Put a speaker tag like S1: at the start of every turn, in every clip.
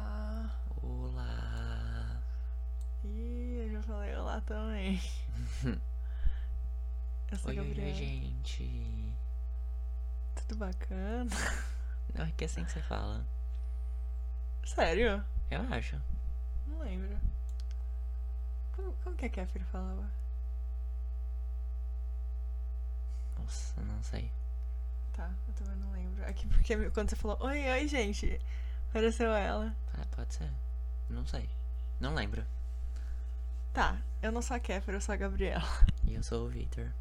S1: criança,
S2: Oi, oi,
S1: Gabriel.
S2: oi, gente.
S1: Tudo bacana?
S2: Não, é que é assim que você fala.
S1: Sério?
S2: Eu acho.
S1: Não lembro. Como, como que a Kéfera falava?
S2: Nossa, não sei.
S1: Tá, eu também não lembro. Aqui porque me- quando você falou, oi, oi, gente, pareceu ela.
S2: Ah, pode ser. Não sei. Não lembro.
S1: Tá, eu não sou a Kéfera, eu sou a Gabriela.
S2: E eu sou o Victor.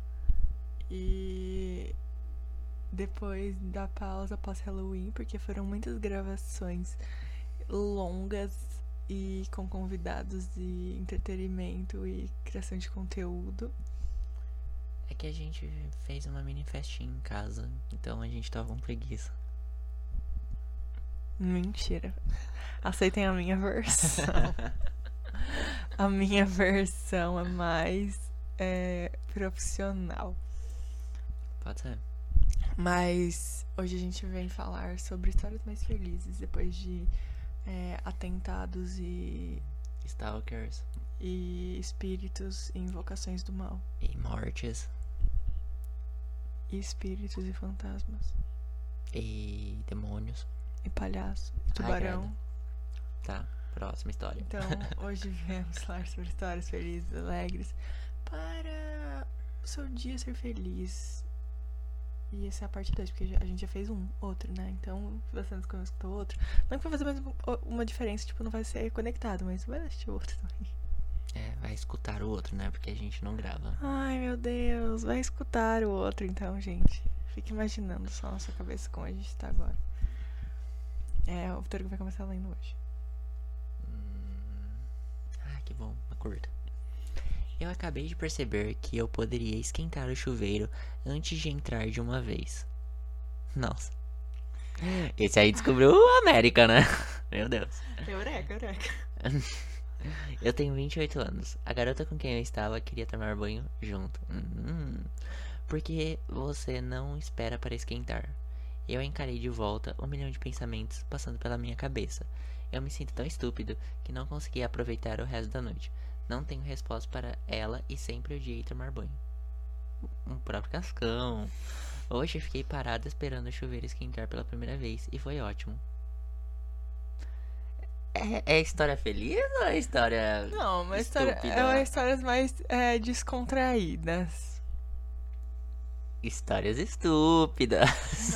S1: E depois da pausa após Halloween, porque foram muitas gravações longas e com convidados e entretenimento e criação de conteúdo.
S2: É que a gente fez uma mini festinha em casa, então a gente tava com preguiça.
S1: Mentira. Aceitem a minha versão. a minha versão é mais é, profissional.
S2: Pode ser.
S1: Mas hoje a gente vem falar sobre histórias mais felizes depois de é, atentados e,
S2: Stalkers
S1: e espíritos e invocações do mal.
S2: e mortes
S1: E espíritos e fantasmas.
S2: e demônios.
S1: E palhaço. E tubarão.
S2: credo. Tá, próxima história.
S1: Então, hoje viemos falar sobre histórias felizes, alegres, para o seu dia ser feliz. E essa é a parte 2, porque já- a gente já fez um, outro, né? Então, se você não escutou, escutou outro. Não que vai fazer mais um- uma diferença, tipo, não vai ser conectado, mas vai assistir outro então. também.
S2: É, vai escutar o outro, né? Porque a gente não grava.
S1: Ai, meu Deus, vai escutar o outro então, gente. Fica imaginando só na sua cabeça como a gente tá agora. É, o Vitor que vai começar lendo hoje.
S2: Hum. Ah, que bom, uma curta. Eu acabei de perceber que eu poderia esquentar o chuveiro antes de entrar de uma vez. Nossa. Esse aí descobriu a América, né? Meu Deus.
S1: Eureka, eureka.
S2: Eu tenho 28 anos. A garota com quem eu estava queria tomar banho junto. Hum. Porque você não espera para esquentar. Eu encarei de volta um milhão de pensamentos passando pela minha cabeça. Eu me sinto tão estúpido que não consegui aproveitar o resto da noite. Não tenho resposta para ela e sempre odiei tomar banho. Um próprio cascão. Hoje eu fiquei parado esperando o chuveiro esquentar pela primeira vez e foi ótimo. É, é história feliz ou é história.
S1: Não, uma história,
S2: Estúpida.
S1: é uma histórias mais é, descontraídas.
S2: Histórias estúpidas?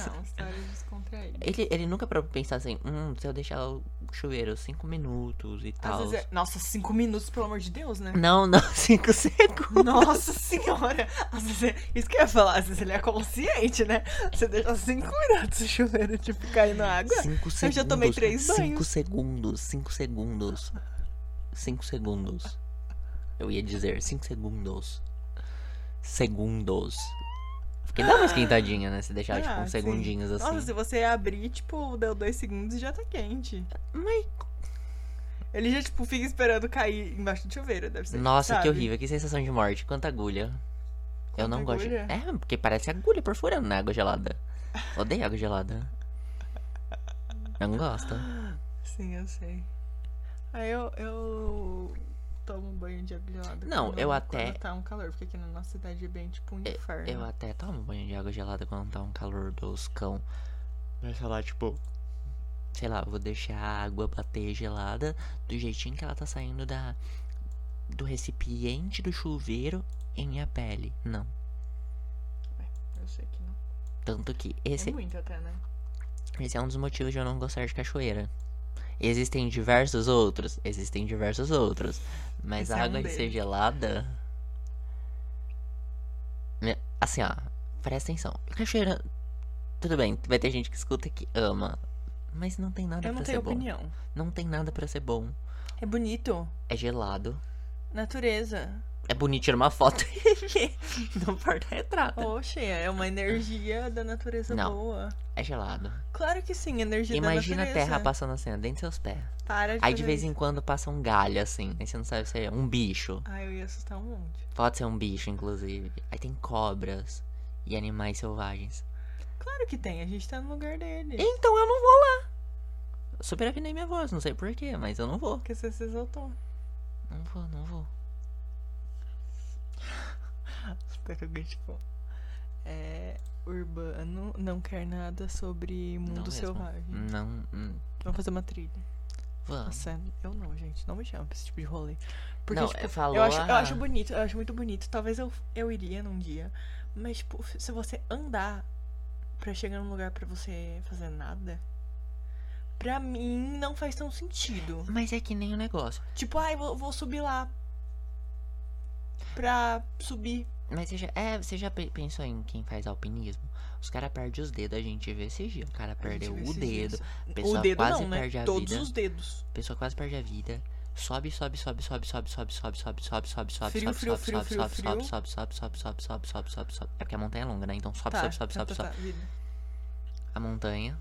S1: Não, histórias descontraídas.
S2: Ele, ele nunca parou pra pensar assim, hum, se eu deixar o chuveiro 5 minutos e
S1: Às
S2: tal.
S1: vezes é... Nossa, cinco minutos, pelo amor de Deus, né?
S2: Não, não, 5 segundos.
S1: Nossa senhora! Às vezes é- Isso que eu ia falar, às vezes ele é consciente, né? Você deixa cinco minutos o chuveiro, tipo, caindo na água.
S2: 5 segundos.
S1: Eu já tomei três banhos.
S2: 5 segundos, 5 segundos. 5 segundos. Eu ia dizer 5 segundos. Segundos. Porque dá uma esquentadinha, né? Se deixar, tipo,
S1: Ah,
S2: uns
S1: sim.
S2: segundinhos assim.
S1: Nossa, se você abrir, tipo, deu dois segundos e já tá quente.
S2: Mas-
S1: Ele já, tipo, fica esperando cair embaixo do chuveiro, deve ser.
S2: Nossa, que
S1: sabe?
S2: horrível, que sensação de morte. Quanta agulha. eu
S1: Quanta
S2: não gosto.
S1: agulha?
S2: É, porque parece agulha perfurando na água gelada. Odeio água gelada. Não gosto.
S1: Sim, eu sei. Aí eu, eu tomo um banho de água gelada.
S2: Não,
S1: quando-
S2: eu até-
S1: quando tá um calor, porque aqui na nossa cidade é bem tipo um inferno.
S2: Eu até tomo banho de água gelada quando tá um calor dos cão. Mas sei lá, tipo. Sei lá, vou deixar a água bater gelada do jeitinho que ela tá saindo da. Do recipiente do chuveiro em minha pele. Não.
S1: Eu sei que não.
S2: Tanto que esse
S1: É muito até, né?
S2: Esse é um dos motivos de eu não gostar de cachoeira. Existem diversos outros, existem diversos outros, mas
S1: Esse
S2: a
S1: é um
S2: água de ser
S1: deles.
S2: gelada. Me- Assim, ó, presta atenção. Cachoeira, tudo bem, vai ter gente que escuta que ama, mas não tem nada
S1: Eu
S2: pra
S1: não
S2: ser
S1: tenho
S2: bom.
S1: opinião.
S2: Não tem nada pra ser bom.
S1: É bonito.
S2: É gelado.
S1: Natureza.
S2: É bonito tirar uma foto e ver no porta-retrato.
S1: Oxe, é uma energia da natureza
S2: Não.
S1: boa.
S2: É gelado.
S1: Claro que sim, energia
S2: Imagina
S1: da
S2: a
S1: natureza.
S2: terra passando assim, ó, dentro dos seus pés.
S1: Para de
S2: Aí de
S1: fazer
S2: vez
S1: isso.
S2: em quando passa um galho assim. Aí você não sabe se é um bicho.
S1: Ai, eu ia assustar um monte.
S2: Pode ser um bicho, inclusive. Aí tem cobras e animais selvagens.
S1: Claro que tem, a gente tá no lugar dele.
S2: Então eu não vou lá. Eu Super afinei minha voz, não sei porquê, mas eu não vou.
S1: Porque você se exaltou.
S2: Não vou, não vou.
S1: Tartaruga de pó. É, urbano não quer nada sobre
S2: Não
S1: mundo
S2: mesmo.
S1: selvagem.
S2: Não. hum,
S1: Vamos fazer uma trilha.
S2: Vamos.
S1: Nossa, eu não, gente. Não me chama pra esse tipo de rolê. Porque,
S2: Não,
S1: tipo,
S2: é, falou
S1: eu, acho, eu
S2: a-
S1: acho bonito, eu acho muito bonito. Talvez eu, eu iria num dia. Mas, tipo, se você andar pra chegar num lugar pra você fazer nada, pra mim não faz tão sentido.
S2: Mas é que nem o negócio.
S1: Tipo, ai, vou, vou subir lá. Pra subir.
S2: Mas você já, é, você já pe- pensou em quem faz alpinismo? Os caras perdem os dedos, a gente vê esse dia. O cara
S1: A gente
S2: perdeu
S1: vê
S2: o
S1: esses
S2: dedo,
S1: dias.
S2: a pessoa
S1: o dedo
S2: quase
S1: não, né?
S2: perde a
S1: Todos
S2: vida.
S1: os dedos.
S2: A pessoa quase perde a vida. Sobe, sobe, sobe, sobe, sobe, sobe, sobe, sobe, sobe, sobe, sobe,
S1: Frio,
S2: sobe,
S1: frio,
S2: sobe,
S1: frio,
S2: sobe,
S1: frio,
S2: sobe,
S1: frio.
S2: sobe, sobe, sobe, sobe, sobe, sobe, sobe, sobe, sobe. É porque a montanha é longa, né? Então sobe,
S1: Tá,
S2: sobe, sobe,
S1: tá,
S2: sobe,
S1: tá,
S2: sobe.
S1: tá, vida.
S2: A montanha.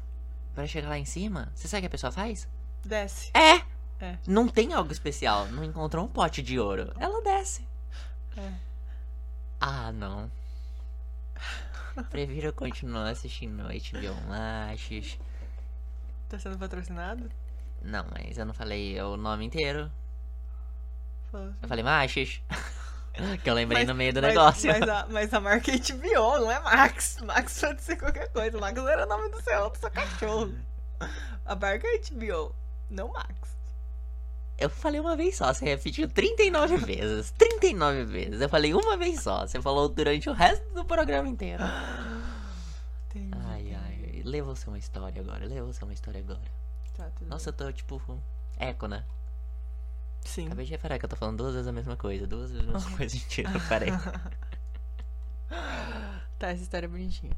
S2: Pra chegar lá em cima, você sabe o que a pessoa faz?
S1: Desce.
S2: É!
S1: É.
S2: Não tem algo especial. Não encontrou um pote de ouro. Ela desce.
S1: É.
S2: Ah, não. Prefiro continuar assistindo HBO Max.
S1: Tá sendo patrocinado?
S2: Não, mas eu não falei o nome inteiro.
S1: Falou.
S2: Eu falei Machis. que eu lembrei
S1: Mas-
S2: no meio do
S1: mas-
S2: negócio.
S1: Mas a, mas a marca é HBO, não é Max. Max pode ser qualquer coisa. Max era o nome do seu, do seu cachorro. A marca é HBO, não Max.
S2: Eu falei uma vez só, você repetiu 39 vezes. 39 vezes. Eu falei uma vez só. Você falou durante o resto do programa inteiro.
S1: Entendi.
S2: Ai, ai. Lê você uma história agora. Lê você uma história agora.
S1: Tá, tudo
S2: Nossa, eu tô tipo. com Eco, né?
S1: bem. Sim.
S2: Acabei de reparar que eu tô falando duas vezes a mesma coisa. Duas vezes a mesma coisa. Mentira, parei.
S1: Tá, essa história é bonitinha.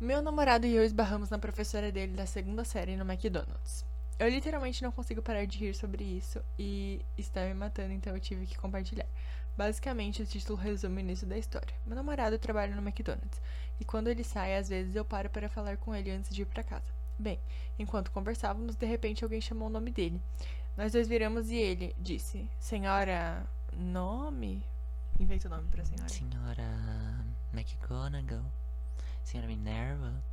S1: Meu namorado e eu esbarramos na professora dele da segunda série no McDonald's. Eu literalmente não consigo parar de rir sobre isso e está me matando, então eu tive que compartilhar. Basicamente, o título resume o início da história. Meu namorado trabalha no McDonald's e quando ele sai, às vezes eu paro para falar com ele antes de ir para casa. Bem, enquanto conversávamos, de repente alguém chamou o nome dele. Nós dois viramos e ele disse: Senhora, nome? Inventa o nome pra senhora.
S2: Senhora McGonagall, Senhora Minerva,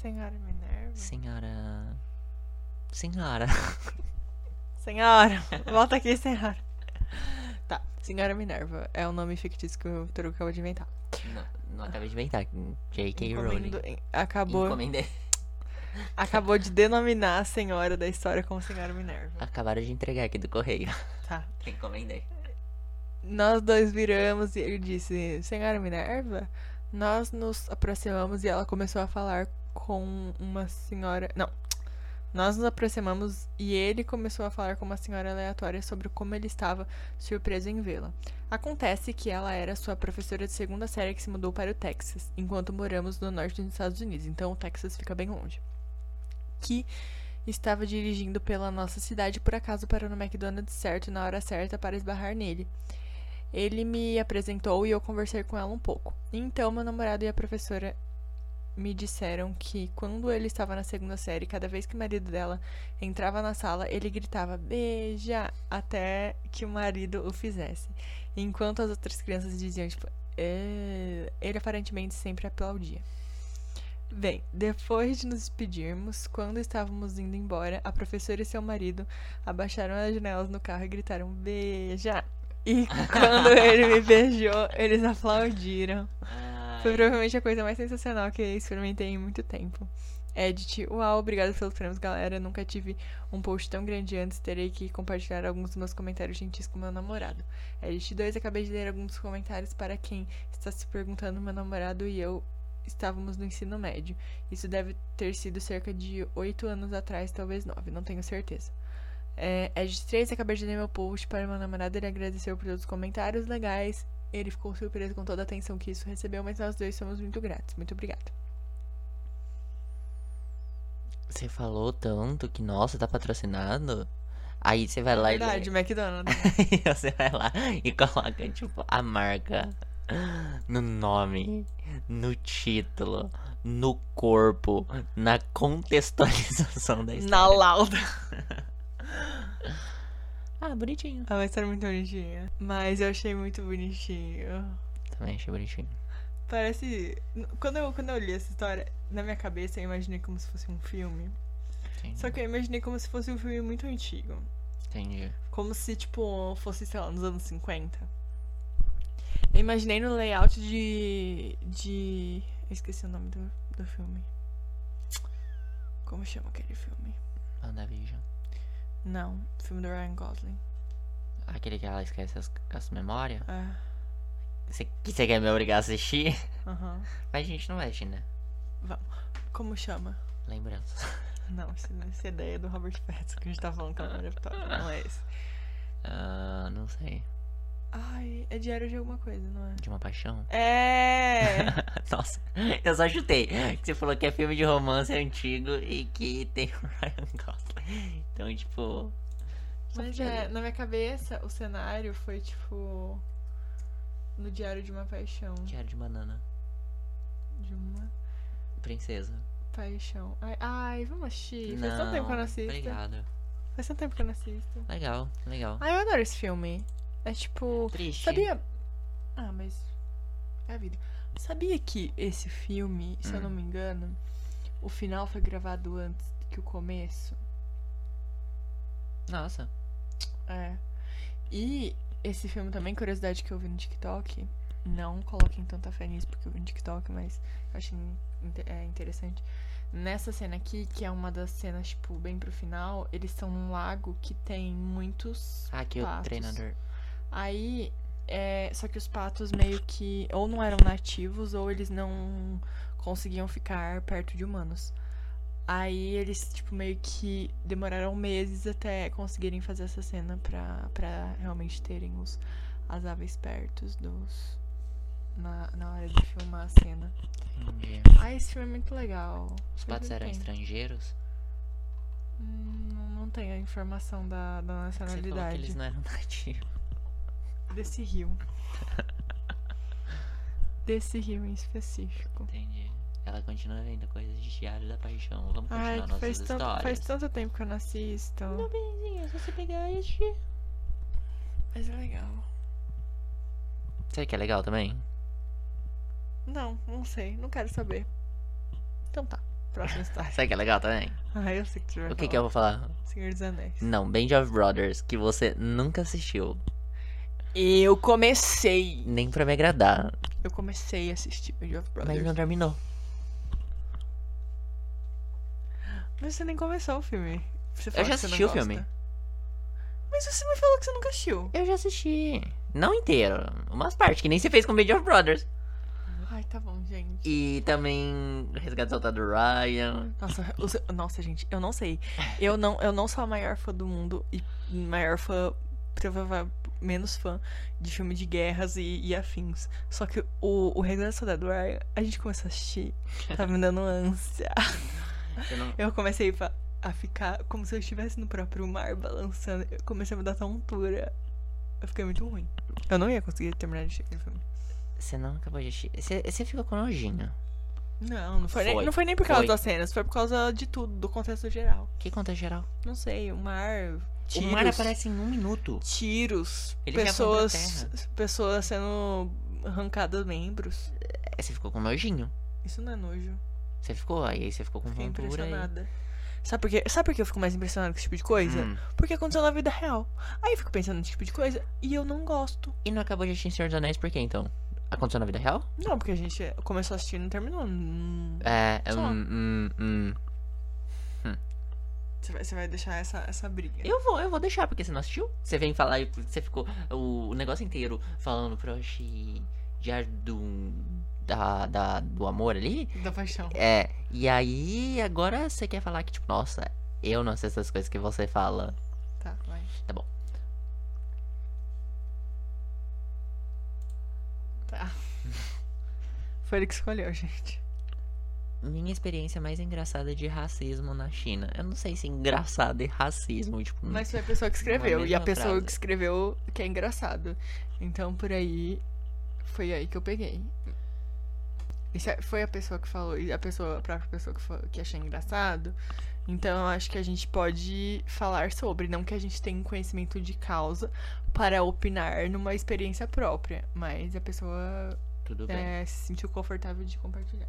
S1: Senhora Minerva.
S2: Senhora. Senhora.
S1: Senhora, volta aqui, senhora. Tá, senhora Minerva é o nome fictício que o Toru acabou de inventar.
S2: não, não acabei de inventar. J.K. Rowling.
S1: Encomendo- acabou,
S2: Encomendei.
S1: acabou de denominar a senhora da história como senhora Minerva.
S2: Acabaram de entregar aqui do correio.
S1: Tá.
S2: Encomendei.
S1: Nós dois viramos e ele disse: Senhora Minerva, nós nos aproximamos e ela começou a falar com uma senhora. Não. Nós nos aproximamos e ele começou a falar com uma senhora aleatória sobre como ele estava surpreso em vê-la. Acontece que ela era sua professora de segunda série que se mudou para o Texas, enquanto moramos no norte dos Estados Unidos, então o Texas fica bem longe. Que estava dirigindo pela nossa cidade e por acaso parou no McDonald's certo na hora certa para esbarrar nele. Ele me apresentou e eu conversei com ela um pouco. Então, meu namorado e a professora me disseram que quando ele estava na segunda série, cada vez que o marido dela entrava na sala, ele gritava beija até que o marido o fizesse. Enquanto as outras crianças diziam, tipo, "É", ele aparentemente sempre aplaudia. Bem, depois de nos despedirmos, quando estávamos indo embora, a professora e seu marido abaixaram as janelas no carro e gritaram beija. E quando ele me beijou, eles aplaudiram. Foi provavelmente a coisa mais sensacional que eu experimentei em muito tempo. Edit, uau, obrigado pelos prêmios, galera. Nunca tive um post tão grande antes. Terei que compartilhar alguns dos meus comentários gentis com meu namorado. Edit 2, acabei de ler alguns comentários para quem está se perguntando. Meu namorado e eu estávamos no ensino médio. Isso deve ter sido cerca de 8 anos atrás, talvez 9, não tenho certeza. É, Edit 3, acabei de ler meu post para meu namorado. Ele agradeceu por todos os comentários legais. Ele ficou surpreso com toda a atenção que isso recebeu, mas nós dois somos muito gratos. Muito obrigada.
S2: Você falou tanto que, nossa, tá patrocinado. Aí você vai lá
S1: É Verdade,
S2: e.
S1: McDonald's.
S2: e você vai lá e coloca, tipo, a marca no nome, no título, no corpo, na contextualização da história.
S1: Na lauda.
S2: Ah, bonitinho.
S1: Ah, vai estar muito bonitinha. Mas eu achei muito bonitinho.
S2: Também achei bonitinho.
S1: Parece. Quando eu, quando eu li essa história, na minha cabeça eu imaginei como se fosse um filme.
S2: Entendi.
S1: Só que eu imaginei como se fosse um filme muito antigo.
S2: Entendi.
S1: Como se, tipo, fosse, sei lá, nos anos 50. Eu imaginei no layout de. de. Eu esqueci o nome do, do filme. Como chama aquele filme?
S2: WandaVision.
S1: Não, filme do Ryan Gosling.
S2: Aquele que ela esquece as, as memórias.
S1: É.
S2: Você, que você quer me obrigar a assistir?
S1: Aham.
S2: Mas a gente não vai assistir, né?
S1: Como chama?
S2: Lembrança.
S1: Não, isso não- essa ideia é do Robert Pattinson que a gente tá falando que ela não era top, não é esse.
S2: Ah, não sei.
S1: Ai, é diário de alguma coisa, não é?
S2: De uma paixão?
S1: É!
S2: Nossa, eu só chutei. Que você falou que é filme de romance antigo e que tem o Ryan Gosling. Então, tipo. só
S1: Mas
S2: chutei.
S1: é, na minha cabeça, o cenário foi tipo. No Diário de uma Paixão.
S2: Diário de banana.
S1: De uma
S2: Princesa.
S1: paixão. Ai, ai vamos assistir. Faz tanto tempo que eu não assisto.
S2: Obrigado.
S1: Faz tanto tempo que eu não assisto.
S2: Legal, legal.
S1: Ai, eu adoro esse filme. É tipo.
S2: Triste.
S1: Sabia. Ah, mas. É a vida. Sabia que esse filme, se eu
S2: Hum.
S1: não me engano, o final foi gravado antes que o começo?
S2: Nossa.
S1: É. E esse filme também, curiosidade que eu vi no TikTok. Não coloquem tanta fé nisso porque eu vi no TikTok, mas eu achei inte- é, interessante. Nessa cena aqui, que é uma das cenas, tipo, bem pro final, eles estão num lago que tem muitos
S2: Aqui o
S1: Patos.
S2: treinador.
S1: Aí, é, só que os patos meio que ou não eram nativos ou eles não conseguiam ficar perto de humanos. Aí eles, tipo, meio que demoraram meses até conseguirem fazer essa cena pra, pra realmente terem os, as aves perto dos. Na, na hora de filmar a cena.
S2: Entendi.
S1: Ah, esse filme é muito legal. Faz
S2: Os patos
S1: um
S2: eram
S1: tempo.
S2: estrangeiros?
S1: Hum, não- não tenho a informação da, da
S2: Você falou que
S1: nacionalidade
S2: eles não eram nativos.
S1: desse rio. desse rio em específico.
S2: Entendi. Ela continua vendo coisas de Diário da Paixão. Vamos continuar
S1: Ai, que
S2: nossas
S1: faz, tan-
S2: histórias.
S1: faz tanto tempo que eu então. não assisto.
S2: benzinho, se você pegar este.
S1: Mas é legal.
S2: Sabe que é legal também?
S1: Não, não sei. Não quero saber. Então tá. Próxima história.
S2: Sabe que é legal também?
S1: ah, eu sei que tu vai
S2: O Hum. que que eu
S1: falar.
S2: vou falar?
S1: Senhor dos Anéis.
S2: Não, Band of Brothers, que você nunca assistiu.
S1: Eu comecei.
S2: Nem pra me agradar.
S1: Eu comecei a assistir Band of
S2: Mas
S1: Brothers.
S2: não terminou.
S1: Mas você nem começou o filme. Você
S2: já
S1: falou que você não
S2: assisti o filme.
S1: gosta. Mas você me falou que você nunca assistiu.
S2: Eu já assisti. Não inteiro. Umas partes, que nem você fez com Band of Brothers.
S1: Ai, tá bom, gente.
S2: E também Resgate do Soldado Ryan.
S1: Nossa, os- nossa, gente, eu não sei. Eu não, eu não sou a maior fã do mundo e maior fã, provavelmente menos fã de filme de guerras e, e afins. Só que o, o Regresso do Soldado Ryan, a gente começou a assistir, tá me dando ânsia.
S2: Eu não-
S1: Eu comecei fa- a ficar como se eu estivesse no próprio mar balançando. Eu comecei a me dar tontura. Eu fiquei muito ruim. Eu não ia conseguir terminar de assistir aquele filme.
S2: Você não acabou de assistir. Você, você ficou com nojinho.
S1: Não, não foi,
S2: Foi,
S1: Nem, não foi nem por causa
S2: foi.
S1: das cenas, foi por causa de tudo, do contexto geral.
S2: Que conta geral?
S1: Não sei, o mar. Tiros,
S2: O mar aparece em um minuto.
S1: Tiros.
S2: Ele já foi pra
S1: pessoas. Pessoas sendo arrancadas membros.
S2: É, Você ficou com nojinho.
S1: Isso não é nojo.
S2: Você ficou, aí você ficou com
S1: Fiquei
S2: tontura. aí-
S1: impressionada. Sabe por, quê? Sabe por que eu fico mais impressionada com esse tipo de coisa?
S2: Hum.
S1: Porque aconteceu na vida real. Aí eu fico pensando nesse tipo de coisa e eu não gosto.
S2: E não acabou de assistir Senhor dos Anéis por quê, então? Aconteceu na vida real?
S1: Não, porque a gente começou a assistir e não terminou. Hum.
S2: É,
S1: Só.
S2: hum, hum, hum.
S1: Você vai, você vai deixar essa, essa briga.
S2: Eu vou, eu vou deixar, porque você não assistiu. Você vem falar e você ficou o, o negócio inteiro falando pro Oxi Diário do, da, da, do amor ali.
S1: Da paixão.
S2: É, e aí agora você quer falar que, tipo, nossa, eu não sei essas coisas que você fala.
S1: Tá, vai.
S2: Tá bom.
S1: Tá. Foi ele que escolheu, gente.
S2: Minha experiência mais engraçada de racismo na China. Eu não sei se engraçado e racismo, tipo. não-
S1: Mas foi a pessoa que
S2: Não é a
S1: escreveu. e a
S2: mesma
S1: pessoa
S2: frase.
S1: que escreveu que é engraçado. Então por aí. Foi aí que eu peguei. Isso é- foi a pessoa que falou, e a pessoa, a própria pessoa que, falou, que achou engraçado. Então eu acho que a gente pode falar sobre, não que a gente tenha um conhecimento de causa para opinar numa experiência própria, mas a pessoa
S2: Tudo bem.
S1: é, se sentiu confortável de compartilhar.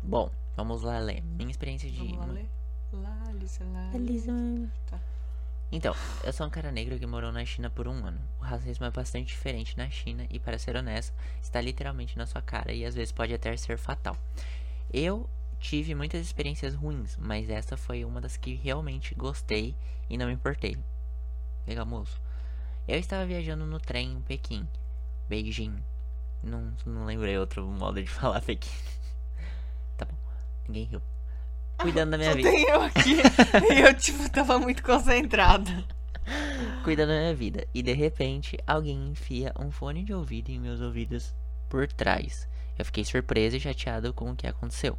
S2: Bom, vamos lá ler. Minha experiência de.
S1: Tá. Vamos lá ler? Lá, Alice, lá.
S2: Alice, Então, eu sou um cara negro que morou na China por um ano. O racismo é bastante diferente na China e, para ser honesto, está literalmente na sua cara e às vezes pode até ser fatal. Eu tive muitas experiências ruins, mas essa foi uma das que realmente gostei e não me importei. Legal, moço. Eu estava viajando no trem em Pequim. Beijing. Não, não lembrei outro modo de falar Pequim. tá bom. Ninguém riu. Cuidando da minha
S1: Só
S2: vida.
S1: tem eu aqui. e eu, tipo, tava muito concentrada.
S2: Cuidando da minha vida. E de repente, alguém enfia um fone de ouvido em meus ouvidos por trás. Eu fiquei surpreso e chateado com o que aconteceu.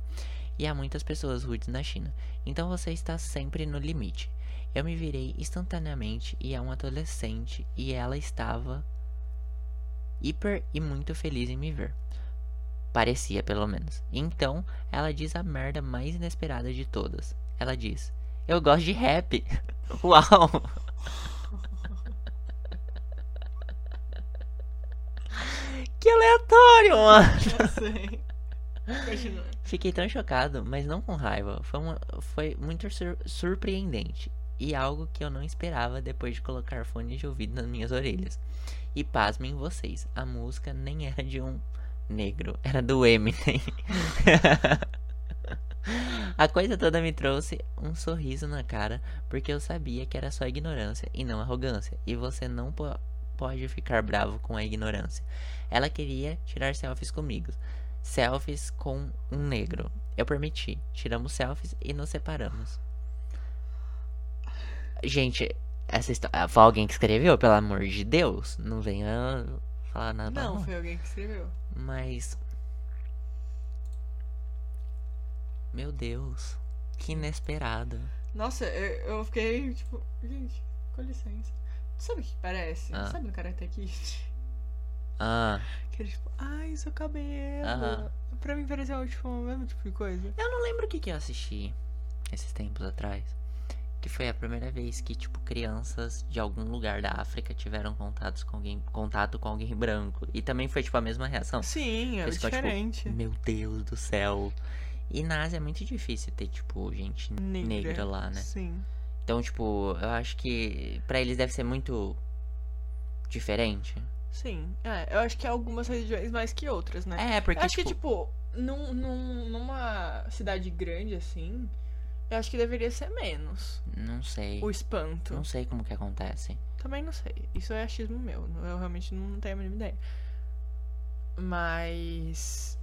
S2: E há muitas pessoas rudes na China. Então você está sempre no limite. Eu me virei instantaneamente e é um adolescente e ela estava hiper e muito feliz em me ver. Parecia, pelo menos. Então, ela diz a merda mais inesperada de todas. Ela diz: "Eu gosto de rap". Uau! Que aleatório, mano!
S1: Eu sei. Continua.
S2: Fiquei tão chocado, mas não com raiva. Foi, uma- foi muito sur- surpreendente. E algo que eu não esperava depois de colocar fones de ouvido nas minhas orelhas. E pasmem vocês, a música nem era de um negro, era do Eminem. a coisa toda me trouxe um sorriso na cara, porque eu sabia que era só ignorância e não arrogância. E você não po- pode ficar bravo com a ignorância. Ela queria tirar selfies comigo selfies com um negro. Eu permiti. Tiramos selfies e nos separamos. Gente, essa história. Foi alguém que escreveu, pelo amor de Deus. Não venha falar nada. pra
S1: Não,
S2: nós.
S1: foi alguém que escreveu.
S2: Mas. Meu Deus. Que inesperado.
S1: Nossa, eu, eu fiquei tipo, gente, com licença. Sabe o que parece?
S2: Ah.
S1: Sabe no Karate Kid?
S2: Ah.
S1: Que era tipo, ai, seu cabelo.
S2: Aham.
S1: Pra mim pareceu tipo, o mesmo tipo de coisa.
S2: Eu não lembro o que, que eu assisti esses tempos atrás. Que foi a primeira vez que, tipo, crianças de algum lugar da África tiveram contatos com alguém, contato com alguém branco. E também foi, tipo, a mesma reação.
S1: Sim, é
S2: Eles ficam, tipo,
S1: diferente.
S2: Meu Deus do céu. E na Ásia é muito difícil ter, tipo, gente negra,
S1: Negra.
S2: lá, né?
S1: Sim.
S2: Então, tipo, eu acho que pra eles deve ser muito diferente.
S1: Sim. É, eu acho que algumas regiões mais que outras, né?
S2: É, porque,
S1: Eu acho
S2: tipo,
S1: que, tipo, num, num- numa cidade grande assim, eu acho que deveria ser menos
S2: não sei.
S1: o espanto.
S2: Não sei como que acontece.
S1: Também não sei. Isso é achismo meu. não- Eu realmente não tenho a mínima ideia. Mas.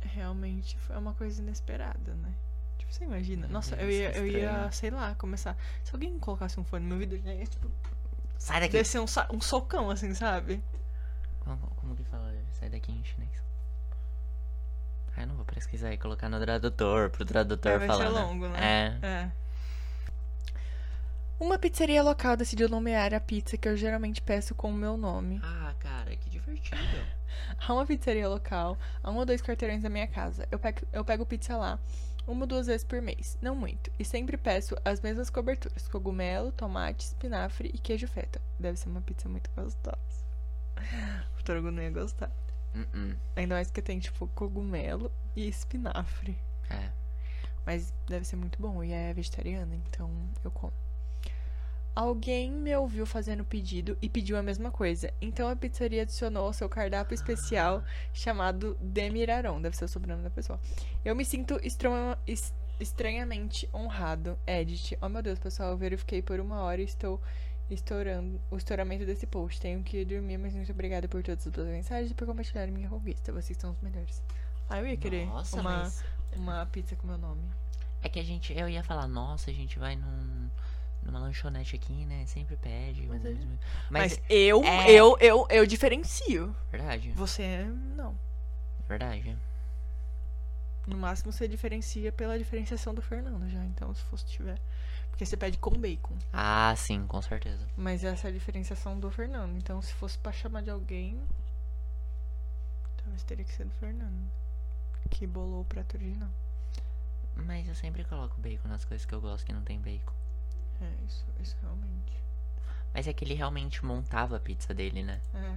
S1: Realmente foi uma coisa inesperada, né? Tipo, você imagina. Nossa, eu ia, eu ia,
S2: Uhum. é Estranho. É
S1: sei lá, começar. Se alguém colocasse um fone no meu vidro, né? ia, tipo,
S2: Sai daqui!
S1: descer um, sa- um socão, assim, sabe?
S2: Como, como que fala? Sai daqui em chinês. Ah, eu não vou pesquisar e colocar no tradutor, pro tradutor
S1: É, vai ser
S2: falar. né?
S1: longo, É. Uma pizzaria local decidiu nomear a pizza que eu geralmente peço com o meu nome.
S2: É. Ah, cara, que divertido.
S1: Há uma pizzaria local, a um ou dois quarteirões da minha casa. Eu pego, eu pego pizza lá, uma ou duas vezes por mês, não muito. E sempre peço as mesmas coberturas: cogumelo, tomate, espinafre e queijo feta. Deve ser uma pizza muito gostosa. O Torgo não ia gostar.
S2: Hum, hum.
S1: Ainda mais que tem, tipo, cogumelo e espinafre.
S2: É.
S1: Mas deve ser muito bom e é vegetariana, então eu como. Alguém me ouviu fazendo o pedido e pediu a mesma coisa. Então a pizzaria adicionou ao seu cardápio especial chamado Demiraron, deve ser o sobrenome da pessoa. Eu me sinto estroma- es- estranhamente honrado. Edit. Oh meu Deus, pessoal, eu verifiquei por uma hora e estou estourando o estouramento desse post. Tenho que dormir, mas muito obrigada por todas as boas mensagens e por compartilhar minha conquista. Vocês são os melhores. Ah, eu ia querer
S2: Nossa,
S1: uma,
S2: mas.
S1: uma pizza com meu nome.
S2: É que a gente. Eu ia falar, nossa, a gente vai num. Numa lanchonete aqui, né? Sempre pede.
S1: Mas
S2: o
S1: a gente-
S2: mesmo-
S1: Mas,
S2: Mas,
S1: eu,
S2: é-
S1: eu, eu, eu diferencio.
S2: Verdade,
S1: Você não.
S2: verdade.
S1: No máximo você diferencia pela diferenciação do Fernando já, então se fosse tiver. Porque você pede com bacon.
S2: Ah, sim, com certeza.
S1: Mas essa é a diferenciação do Fernando. Então se fosse pra chamar de alguém. Talvez teria que ser do Fernando. Que bolou o prato original.
S2: Mas eu sempre coloco bacon nas coisas que eu gosto que não tem bacon.
S1: É, isso, isso realmente.
S2: Mas é que ele realmente montava a pizza dele, né?
S1: É.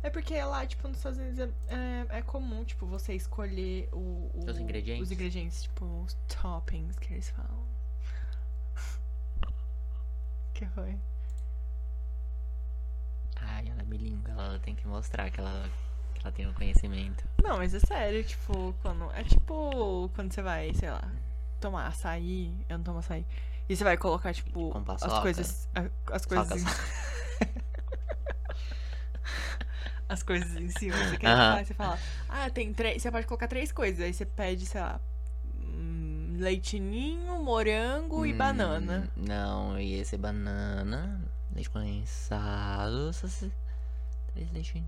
S1: É porque lá, tipo, nos Estados Unidos é, é, é comum, tipo, você escolher o, o-
S2: Os ingredientes?
S1: Os ingredientes, tipo, os toppings que eles falam. que foi?
S2: Ai, ela é bilíngue, ela ela tem que mostrar que ela, que ela tem um conhecimento.
S1: Não, mas é sério, tipo, quando. É tipo quando você vai, sei lá, tomar açaí, eu não tomo açaí. E você vai colocar, tipo,
S2: Com
S1: as
S2: paçoca.
S1: coisas. a- As coisas.
S2: Soca,
S1: em-
S2: soca.
S1: As coisas em cima. Você quer
S2: Aham.
S1: falar, você fala, ah, tem três. Você pode colocar três coisas. Aí você pede, sei lá, hum, leitinho, morango e
S2: Hum,
S1: banana.
S2: Não, ia ser banana, leite condensado, só se- três leite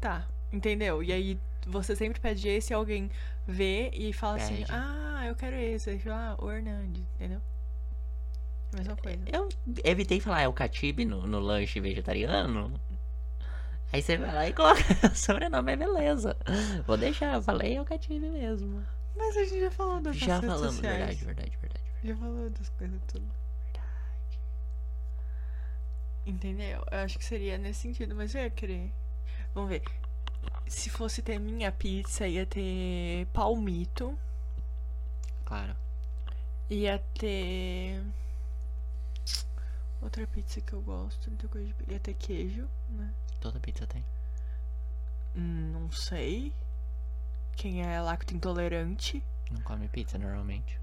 S1: Tá, entendeu? E aí você sempre pede esse e alguém vê e fala assim,
S2: Pede.
S1: ah, eu quero esse. Aí fala, ah, o Hernandes, entendeu? É a mesma coisa.
S2: Eu evitei falar é o catibe no, no lanche vegetariano. Aí você vai lá e coloca o sobrenome, é beleza. Vou deixar, eu falei é o catibe mesmo.
S1: Mas a gente já falou das
S2: Já
S1: nossas redes
S2: falamos,
S1: sociais.
S2: verdade, verdade, verdade, verdade.
S1: Já falou das coisas tudo. Entendeu? Eu acho que seria nesse sentido, mas eu ia querer. Vamos ver. Se fosse ter minha pizza, ia ter palmito,
S2: Claro.
S1: ia ter. Outra pizza que eu gosto, muita coisa de... pi- ia ter queijo, né?
S2: Toda pizza tem.
S1: Hum, Não sei. Quem é lacto intolerante?
S2: Não come pizza normalmente.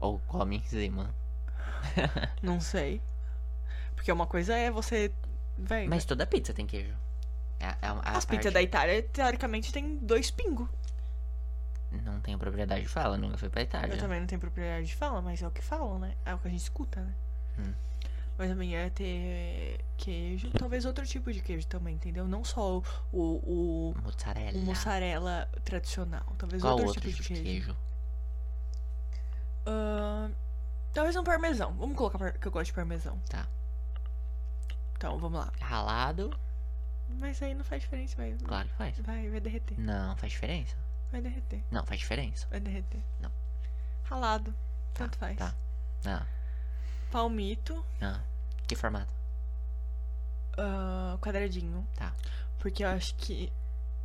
S2: Ou come em cima.
S1: Não sei. Porque uma coisa é você. Véi,
S2: Mas toda pizza tem queijo. É, é, a- a
S1: As pizzas
S2: parte-
S1: da Itália, teoricamente, tem dois pingos.
S2: Não tenho propriedade de fala, nunca fui pra Itália.
S1: Eu também não tenho propriedade de fala, mas é o que falam, né? É o que a gente escuta, né?
S2: Hum.
S1: Mas amanhã ia ter queijo, talvez outro tipo de queijo também, entendeu? Não só o, o, o,
S2: Mozzarella.
S1: o mussarela tradicional, talvez
S2: Qual
S1: é outro,
S2: outro
S1: tipo de queijo.
S2: queijo?
S1: Ahn, talvez um parmesão. Vamos colocar par- que eu gosto de parmesão.
S2: Tá.
S1: Então, vamos lá.
S2: Ralado?
S1: Mas aí não faz diferença, vai.
S2: Claro que faz.
S1: Vai, vai derreter.
S2: Não, faz diferença?
S1: Vai derreter.
S2: Não, faz diferença.
S1: Vai derreter.
S2: Não.
S1: Ralado.
S2: Tá,
S1: Tanto faz.
S2: tá. Não,
S1: Palmito.
S2: não. Que formato?
S1: Ah, quadradinho.
S2: Tá.
S1: Porque eu acho que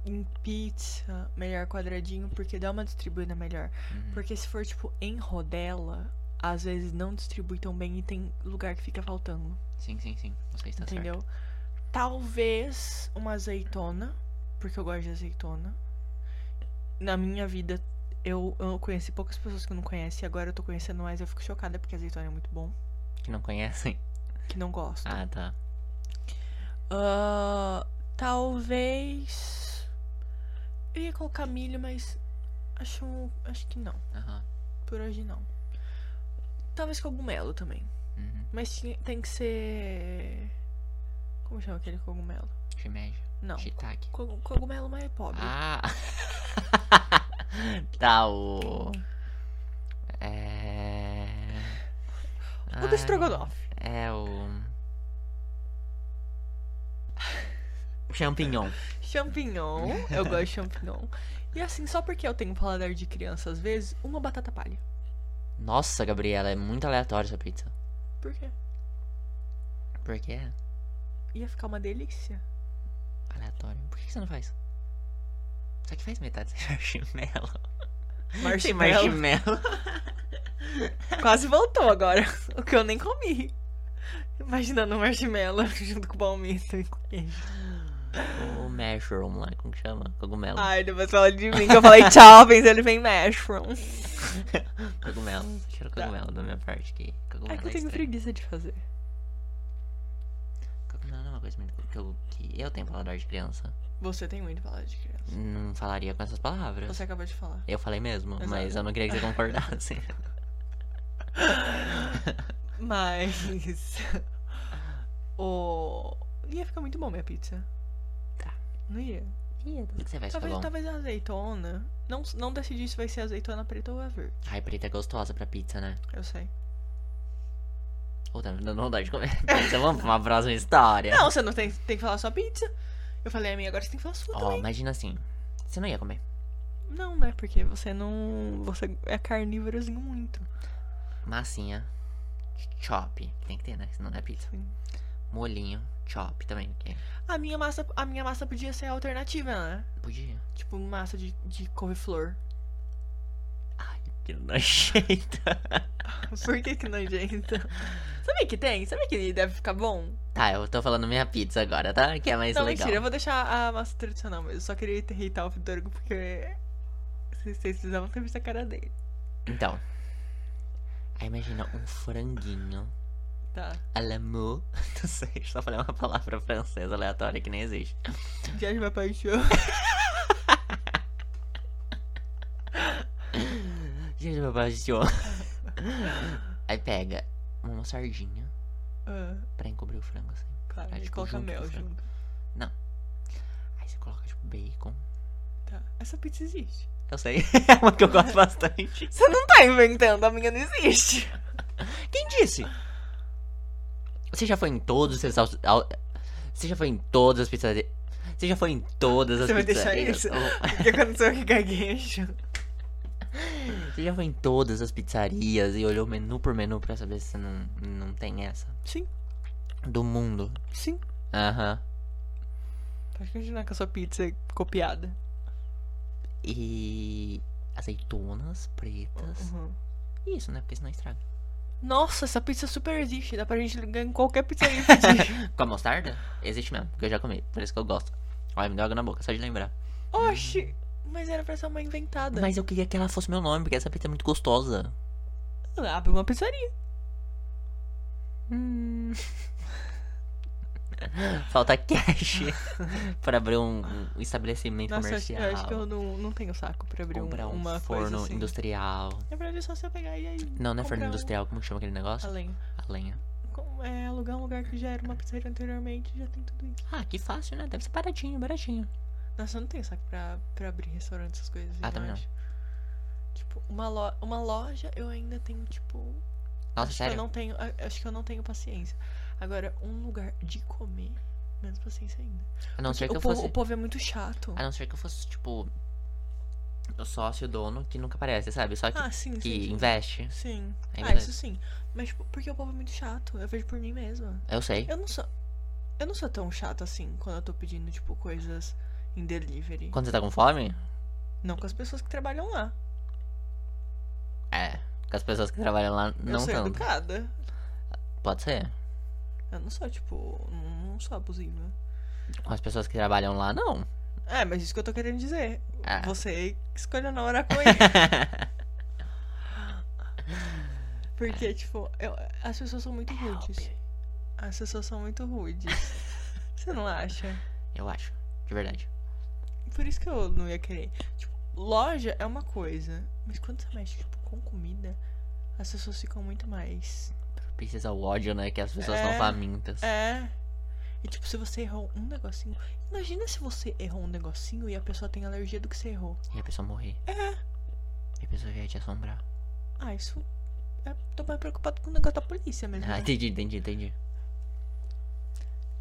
S1: em pizza, melhor quadradinho, porque dá uma distribuída melhor.
S2: Hum,
S1: Porque se for, tipo, em rodela, às vezes não distribui tão bem e tem lugar que fica faltando.
S2: Sim, sim, sim. tá Você está
S1: entendeu? Talvez uma azeitona, porque eu gosto de azeitona. Na minha vida, eu, eu conheci poucas pessoas que não conhecem, agora eu tô conhecendo mais, eu fico chocada porque azeitona é muito bom,
S2: certo. Que não conhecem?
S1: que não gosto.
S2: Ah, tá.
S1: Ah, talvez. Eu ia colocar milho, mas acho, acho que não.
S2: Aham.
S1: Por hoje não. Talvez cogumelo também.
S2: Uhum.
S1: Mas tinha- tem que ser. Como chama aquele cogumelo?
S2: Shimeji.
S1: Não.
S2: Shiitake.
S1: co- cogumelo mais pobre.
S2: Ah! tá, o. É.
S1: o do
S2: Ai,
S1: estrogonofe.
S2: É o. Champignon.
S1: Champignon. Eu gosto de champignon. E assim, só porque eu tenho paladar de criança às vezes, uma batata palha.
S2: Nossa, Gabriela, é muito aleatória essa pizza.
S1: Por quê?
S2: Por que é
S1: Ia ficar uma delícia.
S2: aleatório? Por que que você não faz? Só que faz metade sem marshmallow. Sem
S1: Marshmallow.
S2: marshmallow.
S1: Quase voltou agora, o que eu nem comi. Imaginando um marshmallow junto com o palmito e com queijo.
S2: o mushroom lá, como que chama? Cogumelo.
S1: Ai, depois fala de mim que eu falei tchau, pensando ele vem mushroom.
S2: Cogumelo. Tira o cogumelo da minha parte aqui. Cogumelo
S1: Tá. É que eu
S2: é
S1: tenho
S2: estranho.
S1: preguiça de fazer.
S2: Cogumelo não é uma coisa muito que eu, que eu tenho paladar de criança.
S1: Você tem muito palavra de criança.
S2: Não falaria com essas palavras.
S1: Você acabou de falar.
S2: Eu falei mesmo,
S1: Exato.
S2: mas eu não queria que você concordasse.
S1: Mas. o. Ia ficar muito bom minha pizza.
S2: Tá.
S1: Não ia?
S2: O que você vai ficar
S1: Talvez,
S2: bom?
S1: talvez a azeitona. Não, não decidi se vai ser azeitona preta ou a verde.
S2: Ai, preta é gostosa pra pizza, né?
S1: Eu sei.
S2: Ou tá me dando vontade de comer pizza. Vamos pra uma próxima história.
S1: Não, você não tem, tem que falar só pizza. Eu falei a minha, agora você tem que falar a sua
S2: Ó, imagina assim. Você não ia comer.
S1: Não, né? Porque você não. Você é carnívorozinho muito.
S2: Massinha. Chop. Tem que ter, né? Senão não é pizza.
S1: Sim.
S2: Molinho. Chop também. ok?
S1: A minha massa, a minha massa podia ser alternativa, né?
S2: Podia.
S1: Tipo, massa de, de couve-flor.
S2: Ai, Que nojenta.
S1: Por que que nojento? Sabe que tem? Sabe que deve ficar bom?
S2: Tá, eu tô falando minha pizza agora, tá? Que é mais
S1: não,
S2: legal.
S1: mentira, eu vou deixar a massa tradicional mesmo. Só queria irritar o Fidorgo porque vocês vocês precisavam ter visto a cara dele.
S2: Então. Aí imagina um franguinho.
S1: Tá.
S2: à la mode. Não sei, só falei uma palavra francesa aleatória que nem existe.
S1: Viagem vai paixão.
S2: Gente, meu pai assistiu. Aí pega uma sardinha
S1: Ah,
S2: pra encobrir o frango, assim.
S1: claro,
S2: Ah,
S1: a gente
S2: tipo,
S1: coloca
S2: junto,
S1: mel
S2: né?
S1: junto.
S2: Aí você coloca, tipo, bacon.
S1: Tá. Essa pizza existe.
S2: Eu sei, é uma que eu gosto bastante.
S1: Você não tá inventando, a minha não existe.
S2: Quem disse? Você já foi em todos esses... al- al- Você já foi em todas as pizzarias... Você já foi em todas as
S1: Você vai deixar
S2: pizzarias...
S1: isso?
S2: Oh.
S1: O que aconteceu que gaguejo?
S2: Você já foi em todas as pizzarias e olhou menu por menu pra saber se não, não tem essa?
S1: Sim.
S2: Do mundo.
S1: Sim.
S2: Aham.
S1: Pode continuar com a sua pizza é copiada.
S2: E azeitonas pretas.
S1: Uhum.
S2: Isso, né? Porque senão estraga.
S1: Nossa, essa pizza é super existe. Dá pra gente ligar em qualquer pizzaria e pedir.
S2: Com a mostarda? Existe mesmo, porque eu já comi. Por isso que eu gosto. Olha, me deu água na boca, só de lembrar.
S1: Oxi, mas era pra ser uma inventada.
S2: Mas eu queria que ela fosse meu nome, porque essa pizza é muito gostosa.
S1: Abre uma pizzaria.
S2: Hum. Falta cash pra abrir um, um estabelecimento
S1: Nossa, eu acho,
S2: comercial.
S1: eu acho que eu não, não tenho saco pra abrir um,
S2: comprar um
S1: uma coisa
S2: forno
S1: assim.
S2: industrial.
S1: Na verdade é só você pegar e aí.
S2: Não, não é forno
S1: comprar um-
S2: industrial, como que chama aquele negócio?
S1: A lenha.
S2: A lenha.
S1: Com- É alugar um lugar que já era uma pizzaria anteriormente já tem tudo isso.
S2: Ah, que fácil, né? Deve ser baratinho, baratinho.
S1: Nossa, eu não tenho saco pra, pra abrir restaurante, essas coisas.
S2: Ah,
S1: eu
S2: também não.
S1: acho. Tipo, uma, lo- uma loja eu ainda tenho, tipo,
S2: Nossa,
S1: Acho que
S2: Ah, sério?
S1: eu não tenho, a- acho que eu não tenho paciência. Agora, um lugar de comer, menos paciência ainda.
S2: A não ser que
S1: o,
S2: eu
S1: povo,
S2: fosse. Ah,
S1: o povo é muito chato.
S2: A não ser que eu fosse, tipo. O sócio dono que nunca aparece, sabe? Só que,
S1: Ah, sim,
S2: que
S1: sim. sim.
S2: investe.
S1: Sim.
S2: É
S1: ah,
S2: verdade.
S1: isso sim. Mas tipo, porque o povo é muito chato. Eu vejo por mim mesma.
S2: Eu sei.
S1: Eu não sou. Eu não sou tão chata assim quando eu tô pedindo, tipo, coisas em delivery.
S2: Quando você tá com fome?
S1: Não com as pessoas que trabalham lá.
S2: É. Com as pessoas que trabalham lá,
S1: eu
S2: não
S1: sou
S2: tanto.
S1: educada.
S2: Pode ser.
S1: Eu não sou, tipo, não não sou abusiva.
S2: Com as pessoas que trabalham lá, não.
S1: É, mas isso que eu tô querendo dizer.
S2: Ah.
S1: Você escolheu na hora com ele. Porque, tipo, eu- as pessoas são muito rudes. As pessoas são muito rudes. Você não acha?
S2: Eu acho. De verdade.
S1: Por isso que eu não ia querer. Tipo, loja é uma coisa. Mas quando você mexe, tipo, com comida, as pessoas ficam muito mais.
S2: Precisa o ódio, né? Que as pessoas são
S1: É.
S2: famintas.
S1: É. E tipo, se você errou um negocinho. Imagina se você errou um negocinho e a pessoa tem alergia do que você errou.
S2: E a pessoa morrer.
S1: É.
S2: E a pessoa já ia te assombrar.
S1: Ah, isso. é- tô mais preocupado com o negócio da polícia mesmo.
S2: Ah,
S1: né?
S2: entendi, entendi, entendi.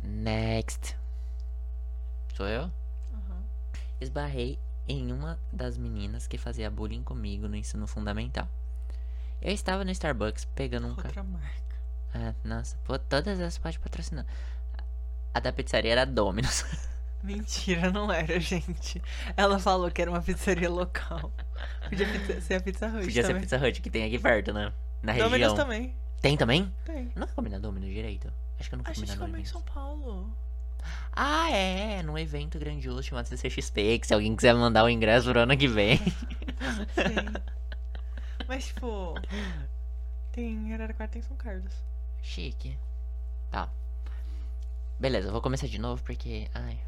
S2: Next. Sou eu?
S1: Aham.
S2: Esbarrei em uma das meninas que fazia bullying comigo no ensino fundamental. Eu estava no Starbucks pegando um café.
S1: Outra marca.
S2: Ah, nossa, pô, todas essas podem patrocinar. A da pizzaria era Domino's.
S1: Mentira, não era, gente. Ela falou que era uma pizzaria local. Podia pizza- ser a Pizza Hut
S2: Podia ser
S1: também.
S2: Pizza Hut, que tem aqui perto, né? Na região.
S1: Domino's também.
S2: Tem também?
S1: Tem.
S2: Eu nunca comi na Domino's direito. Acho que eu nunca
S1: A
S2: comi na
S1: gente come em
S2: Domino's.
S1: São Paulo.
S2: Ah, é, num evento grandioso chamado CCXP, que se alguém quiser mandar o ingresso pro ano que vem.
S1: Sim. Mas, tipo... Tem em Araraquara, tem em São Carlos.
S2: Chique. Tá. Beleza, eu vou começar de novo porque. Ai.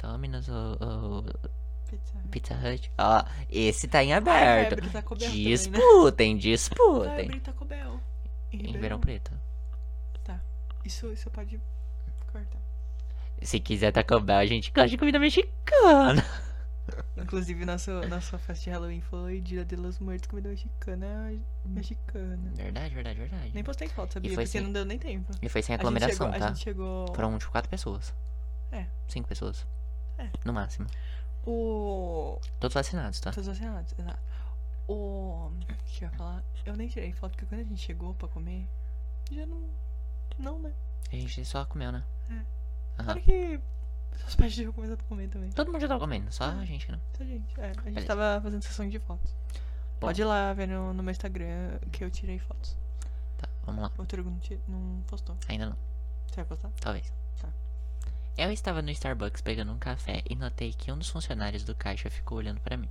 S2: Dominus ou
S1: Pizza Hut.
S2: Pizza Hut? Ó, esse tá em
S1: Ah, é,
S2: aberto.
S1: Brita Cobel também,
S2: disputem,
S1: né? Ah, é
S2: disputem.
S1: Brita Cobel.
S2: Em Ribeirão Preto.
S1: Tá. Isso, isso pode cortar.
S2: Se quiser Taco Bell, a gente gosta de comida mexicana.
S1: Inclusive, nossa, nossa festa de Halloween foi Dia de los Muertos, comida mexicana. Mexicana.
S2: Verdade, verdade,
S1: Nem
S2: verdade.
S1: postei foto, sabia?
S2: foi
S1: Porque
S2: sem-
S1: não deu nem tempo.
S2: E foi sem
S1: A gente
S2: aglomeração,
S1: chegou, A
S2: tá?
S1: gente chegou.
S2: Foram, tipo, quatro pessoas.
S1: É.
S2: Cinco pessoas.
S1: É.
S2: No máximo.
S1: O.
S2: Todos vacinados, tá?
S1: Todos vacinados, exato. O. Deixa eu falar. Eu nem tirei foto, porque quando a gente chegou pra comer, já não. Não, né?
S2: A gente só comeu, né?
S1: Claro que. Os pais tinham começado a comer também.
S2: Todo mundo já tava comendo, só
S1: Ah.
S2: a gente né? que não.
S1: Só a gente. É, a gente
S2: Beleza.
S1: tava fazendo sessão de fotos. Pode ir lá ver no, no meu Instagram que eu tirei fotos.
S2: Tá, vamos lá.
S1: O Turgo não, ti- não postou.
S2: Ainda não.
S1: Você vai postar?
S2: Talvez.
S1: Tá.
S2: Eu estava no Starbucks pegando um café e notei que um dos funcionários do caixa ficou olhando para mim.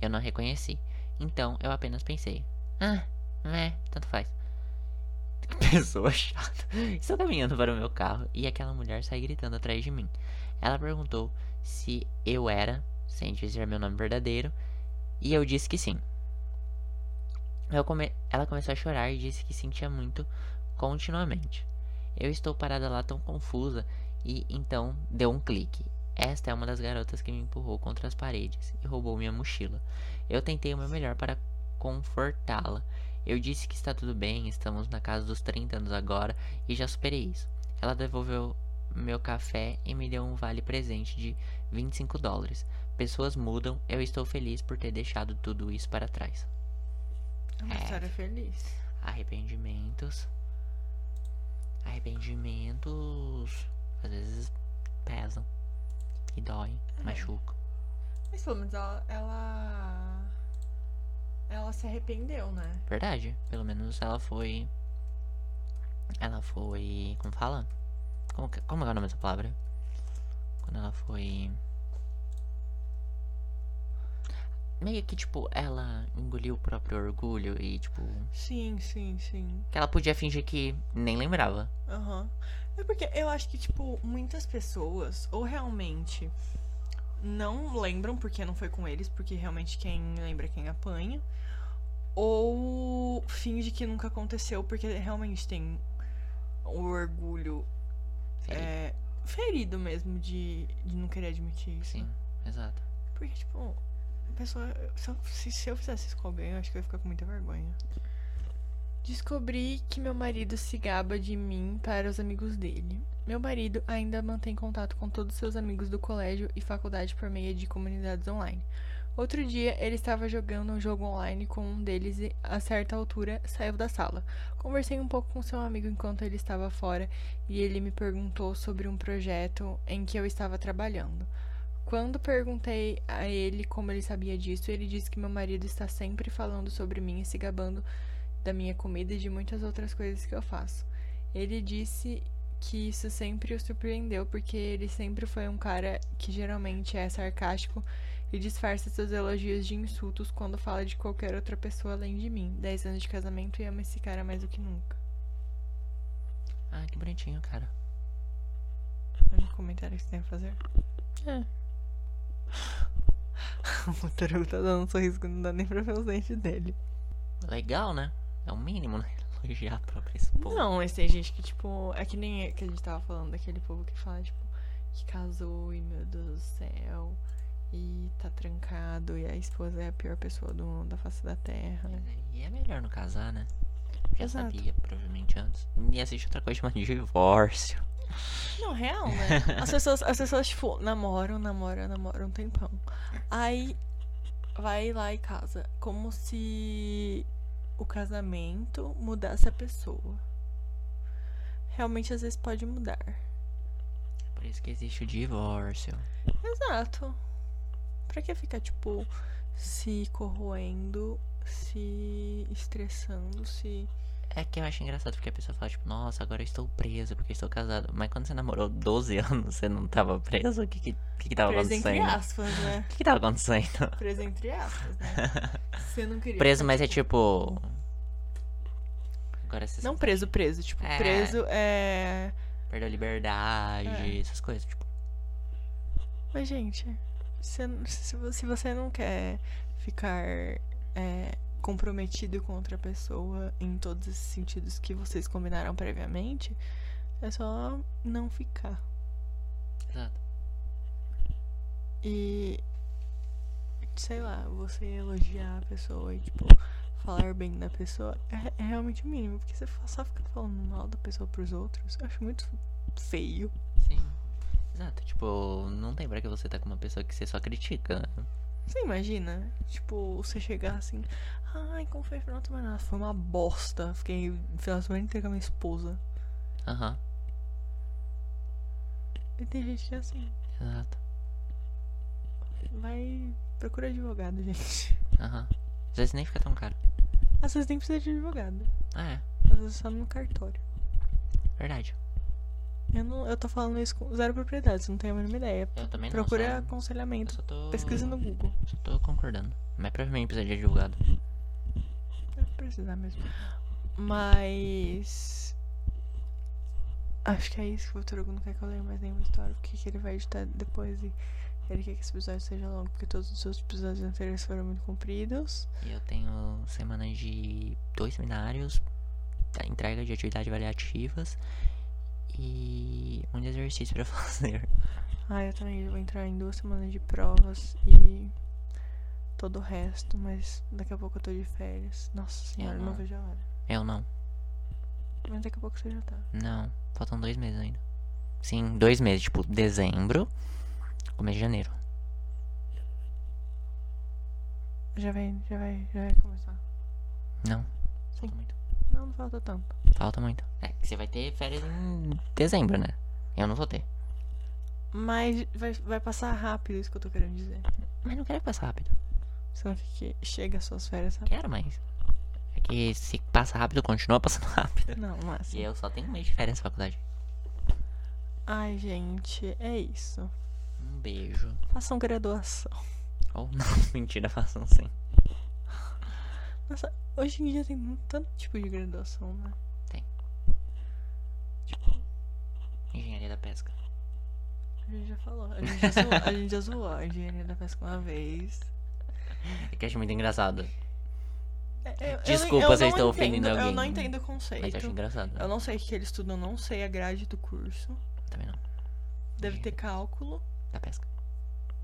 S2: Eu não reconheci, então eu apenas pensei: ah, né, tanto faz. Que Pessoa chata. Estou caminhando para o meu carro e aquela mulher sai gritando atrás de mim. Ela perguntou se eu era, sem dizer meu nome verdadeiro, e eu disse que sim. Eu come- Ela começou a chorar e disse que sentia muito continuamente. Eu estou parada lá tão confusa e então deu um clique. Esta é uma das garotas que me empurrou contra as paredes e roubou minha mochila. Eu tentei o meu melhor para confortá-la. Eu disse que está tudo bem, estamos na casa dos 30 anos agora e já superei isso. Ela devolveu meu café e me deu um vale presente de 25 dólares. Pessoas mudam, eu estou feliz por ter deixado tudo isso para trás.
S1: É uma
S2: É.
S1: história feliz.
S2: Arrependimentos. Arrependimentos. Às vezes pesam. E doem.
S1: É.
S2: Machucam.
S1: Mas pelo menos ela. Ela, ela se arrependeu, né?
S2: Verdade. Pelo menos ela foi. Ela foi. Como fala? Como, que- como é o nome dessa palavra? Quando ela foi. Meio que tipo, ela engoliu o próprio orgulho e tipo.
S1: Sim, sim, sim.
S2: Que ela podia fingir que nem lembrava.
S1: Aham. É porque eu acho que, tipo, muitas pessoas, ou realmente não lembram porque não foi com eles, porque realmente quem lembra é quem apanha, ou finge que nunca aconteceu porque realmente tem o orgulho
S2: Feliz.
S1: é, ferido mesmo de, de não querer admitir isso. né?
S2: Sim, exato.
S1: Porque, tipo, a pessoa. Se eu, se, se eu fizesse isso com alguém, eu acho que eu ia ficar com muita vergonha. Descobri que meu marido se gaba de mim para os amigos dele. Meu marido ainda mantém contato com todos seus amigos do colégio e faculdade por meio de comunidades online. Outro dia, ele estava jogando um jogo online com um deles e, a certa altura, saiu da sala. Conversei um pouco com seu amigo enquanto ele estava fora e ele me perguntou sobre um projeto em que eu estava trabalhando. Quando perguntei a ele como ele sabia disso, ele disse que meu marido está sempre falando sobre mim e se gabando da minha comida e de muitas outras coisas que eu faço. Ele disse que isso sempre o surpreendeu porque ele sempre foi um cara que geralmente é sarcástico e disfarça seus elogios de insultos quando fala de qualquer outra pessoa além de mim. 10 anos de casamento e amo esse cara mais do que nunca.
S2: Ah, que bonitinho, cara.
S1: É um comentário que você tem a fazer?
S2: É.
S1: o Motoru tá dando um sorriso que não dá nem pra ver os dentes dele.
S2: Legal, né? É o mínimo, né? Elogiar a própria esposa.
S1: Não, mas tem gente que, tipo, é que nem é que a gente tava falando daquele povo que fala, tipo, que casou e meu Deus do céu, e tá trancado, e a esposa é a pior pessoa do mundo, da face da terra.
S2: Mas aí é melhor não casar, né? Já
S1: Exato.
S2: sabia, provavelmente, antes. E existe outra coisa chamada divórcio.
S1: Não, real, né? As pessoas, as pessoas, tipo, namoram, namoram, namoram um tempão. Aí vai lá e casa. Como se o casamento mudasse a pessoa. Realmente, às vezes, pode mudar.
S2: É Por isso que existe o divórcio.
S1: Exato. Pra que ficar, tipo, se corroendo, se estressando, se.
S2: É que eu acho engraçado porque a pessoa fala, tipo, nossa, agora eu estou presa porque eu estou casado. Mas quando você namorou 12 anos, você não tava preso? O que que, que, que tava
S1: Preso entre
S2: acontecendo?
S1: aspas, né?
S2: O que, que tava acontecendo?
S1: Preso entre aspas, né? Você não queria.
S2: Preso,
S1: ficar,
S2: mas é
S1: tipo,
S2: tipo. Agora você
S1: Não preso, preso. Tipo,
S2: É.
S1: preso é.
S2: perdeu a liberdade,
S1: É.
S2: essas coisas. Tipo,
S1: Mas, gente, se, se vo- se você não quer ficar é, comprometido com outra pessoa em todos esses sentidos que vocês combinaram previamente, é só não ficar.
S2: exato.
S1: E. Sei lá, você elogiar a pessoa e, tipo, falar bem da pessoa é, é realmente o mínimo. Porque você fa- só ficar falando mal da pessoa pros outros, eu acho muito feio.
S2: Sim. Exato. Tipo, não tem pra que você tá com uma pessoa que você só critica. né?
S1: Você imagina? Tipo, você chegar assim. Ai, como foi o final de semana? "Ah, Foi uma bosta. Fiquei o final de semana inteiro com a minha esposa.
S2: Aham.
S1: E tem gente que é assim.
S2: Exato.
S1: Vai. Procura advogado, gente.
S2: Aham. Às vezes nem fica tão caro.
S1: Às vezes nem precisa de advogado.
S2: Ah, é.
S1: Às vezes só no cartório.
S2: Verdade.
S1: Eu, não, eu tô falando isso com zero propriedade, você não tem a mínima ideia.
S2: Eu também não.
S1: Procura
S2: só- eu
S1: aconselhamento.
S2: só tô...
S1: Pesquisa no Google.
S2: Só tô concordando. Mas provavelmente precisa de advogado.
S1: Deve precisar mesmo. Mas. Acho que é isso que o Torugo não quer que eu leia mais nenhuma história, porque que ele vai editar depois e ele quer que esse episódio seja longo, porque todos os outros episódios anteriores foram muito compridos.
S2: E eu tenho semanas de dois seminários, da entrega de atividades avaliativas e um exercício pra fazer.
S1: Ah, eu também vou entrar em duas semanas de provas e todo o resto, mas daqui a pouco eu tô de férias. Nossa senhora, não
S2: não.
S1: vejo a hora.
S2: Eu não.
S1: Mas daqui a pouco você já tá.
S2: Não. Faltam dois meses ainda. Sim, dois meses. Tipo, dezembro, começo de janeiro.
S1: Já vai, já vai, já vai começar.
S2: Não.
S1: Sim.
S2: Falta muito.
S1: Não, não falta tanto.
S2: Falta muito. É, que você vai ter férias em dezembro, né? Eu não vou ter.
S1: Mas vai, vai passar rápido isso que eu tô querendo dizer.
S2: Mas não quero que passe rápido.
S1: Só que chega às suas férias, sabe?
S2: Quero mais. É que se passa rápido, continua passando rápido.
S1: Não, mas.
S2: E eu só tenho um mês de férias na faculdade.
S1: Ai, gente, é isso.
S2: Um beijo.
S1: Façam graduação.
S2: Ou não, mentira, façam sim.
S1: Nossa, hoje em dia tem mu- tanto tipo de graduação, né?
S2: Engenharia da pesca.
S1: A gente já falou. A gente já zoou, a, gente já zoou a engenharia da pesca uma vez.
S2: É que eu acho muito engraçado.
S1: É, eu- eu não-
S2: Desculpa
S1: eu
S2: se
S1: não
S2: eu
S1: entendo,
S2: estou ofendendo
S1: Eu não
S2: alguém.
S1: entendo o conceito.
S2: Mas eu acho engraçado.
S1: Eu não sei o que eles estudam, não sei a grade do curso.
S2: Também não.
S1: Deve ter cálculo.
S2: Da pesca.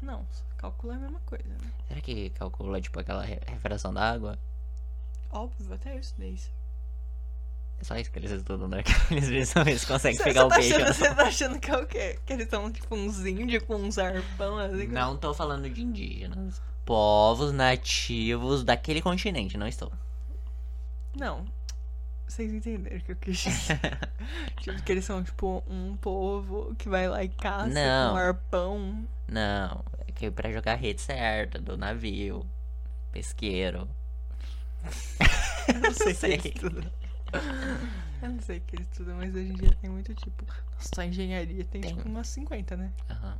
S1: Não, cálculo é a mesma coisa, né?
S2: Será que calcula, tipo, aquela re- refração da água?
S1: Óbvio, até eu estudei isso.
S2: É só isso que eles estudam, né? Que eles veem se eles conseguem
S1: Você
S2: pegar
S1: tá,
S2: o né? peixe.
S1: achando,
S2: ou
S1: cê tá achando que é o quê? Que eles são tipo uns índios com uns arpão assim?
S2: Não Não tô falando de indígenas. Povos nativos daquele continente, não estou.
S1: Não. Vocês entenderam o que eu quis dizer. tipo, que eles são, tipo, um povo que vai lá e caça com
S2: Não.
S1: arpão.
S2: Não, é que pra jogar a rede certa, do navio, pesqueiro.
S1: Eu não sei o que
S2: Sei.
S1: eles estudam. Eu não sei o que eles estudam, mas hoje em dia tem muito tipo. Nossa, só engenharia tem,
S2: Tem.
S1: tipo umas 50, né?
S2: Aham.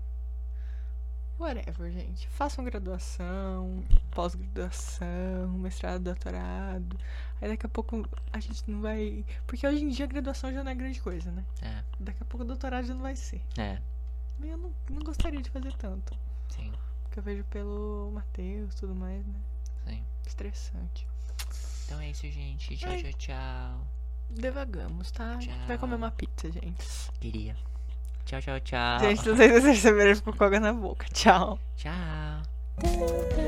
S1: Whatever, gente. Façam graduação, pós-graduação, mestrado, doutorado. Aí daqui a pouco a gente não vai. Porque hoje em dia a graduação já não é grande coisa, né?
S2: É,
S1: Daqui a pouco o doutorado já não vai ser.
S2: é,
S1: Mas Eu não, não gostaria de fazer tanto.
S2: sim,
S1: Porque eu vejo pelo Matheus e tudo mais, né?
S2: sim.
S1: Estressante.
S2: Então é isso, gente. Tchau,
S1: Ai.
S2: tchau, tchau.
S1: Devagamos, tá? A gente vai
S2: Tchau.
S1: comer uma pizza, gente.
S2: Queria. Tchau, tchau, tchau.
S1: Gente, não sei se vocês perceberam, ficou com água na boca. Tchau.
S2: Tchau.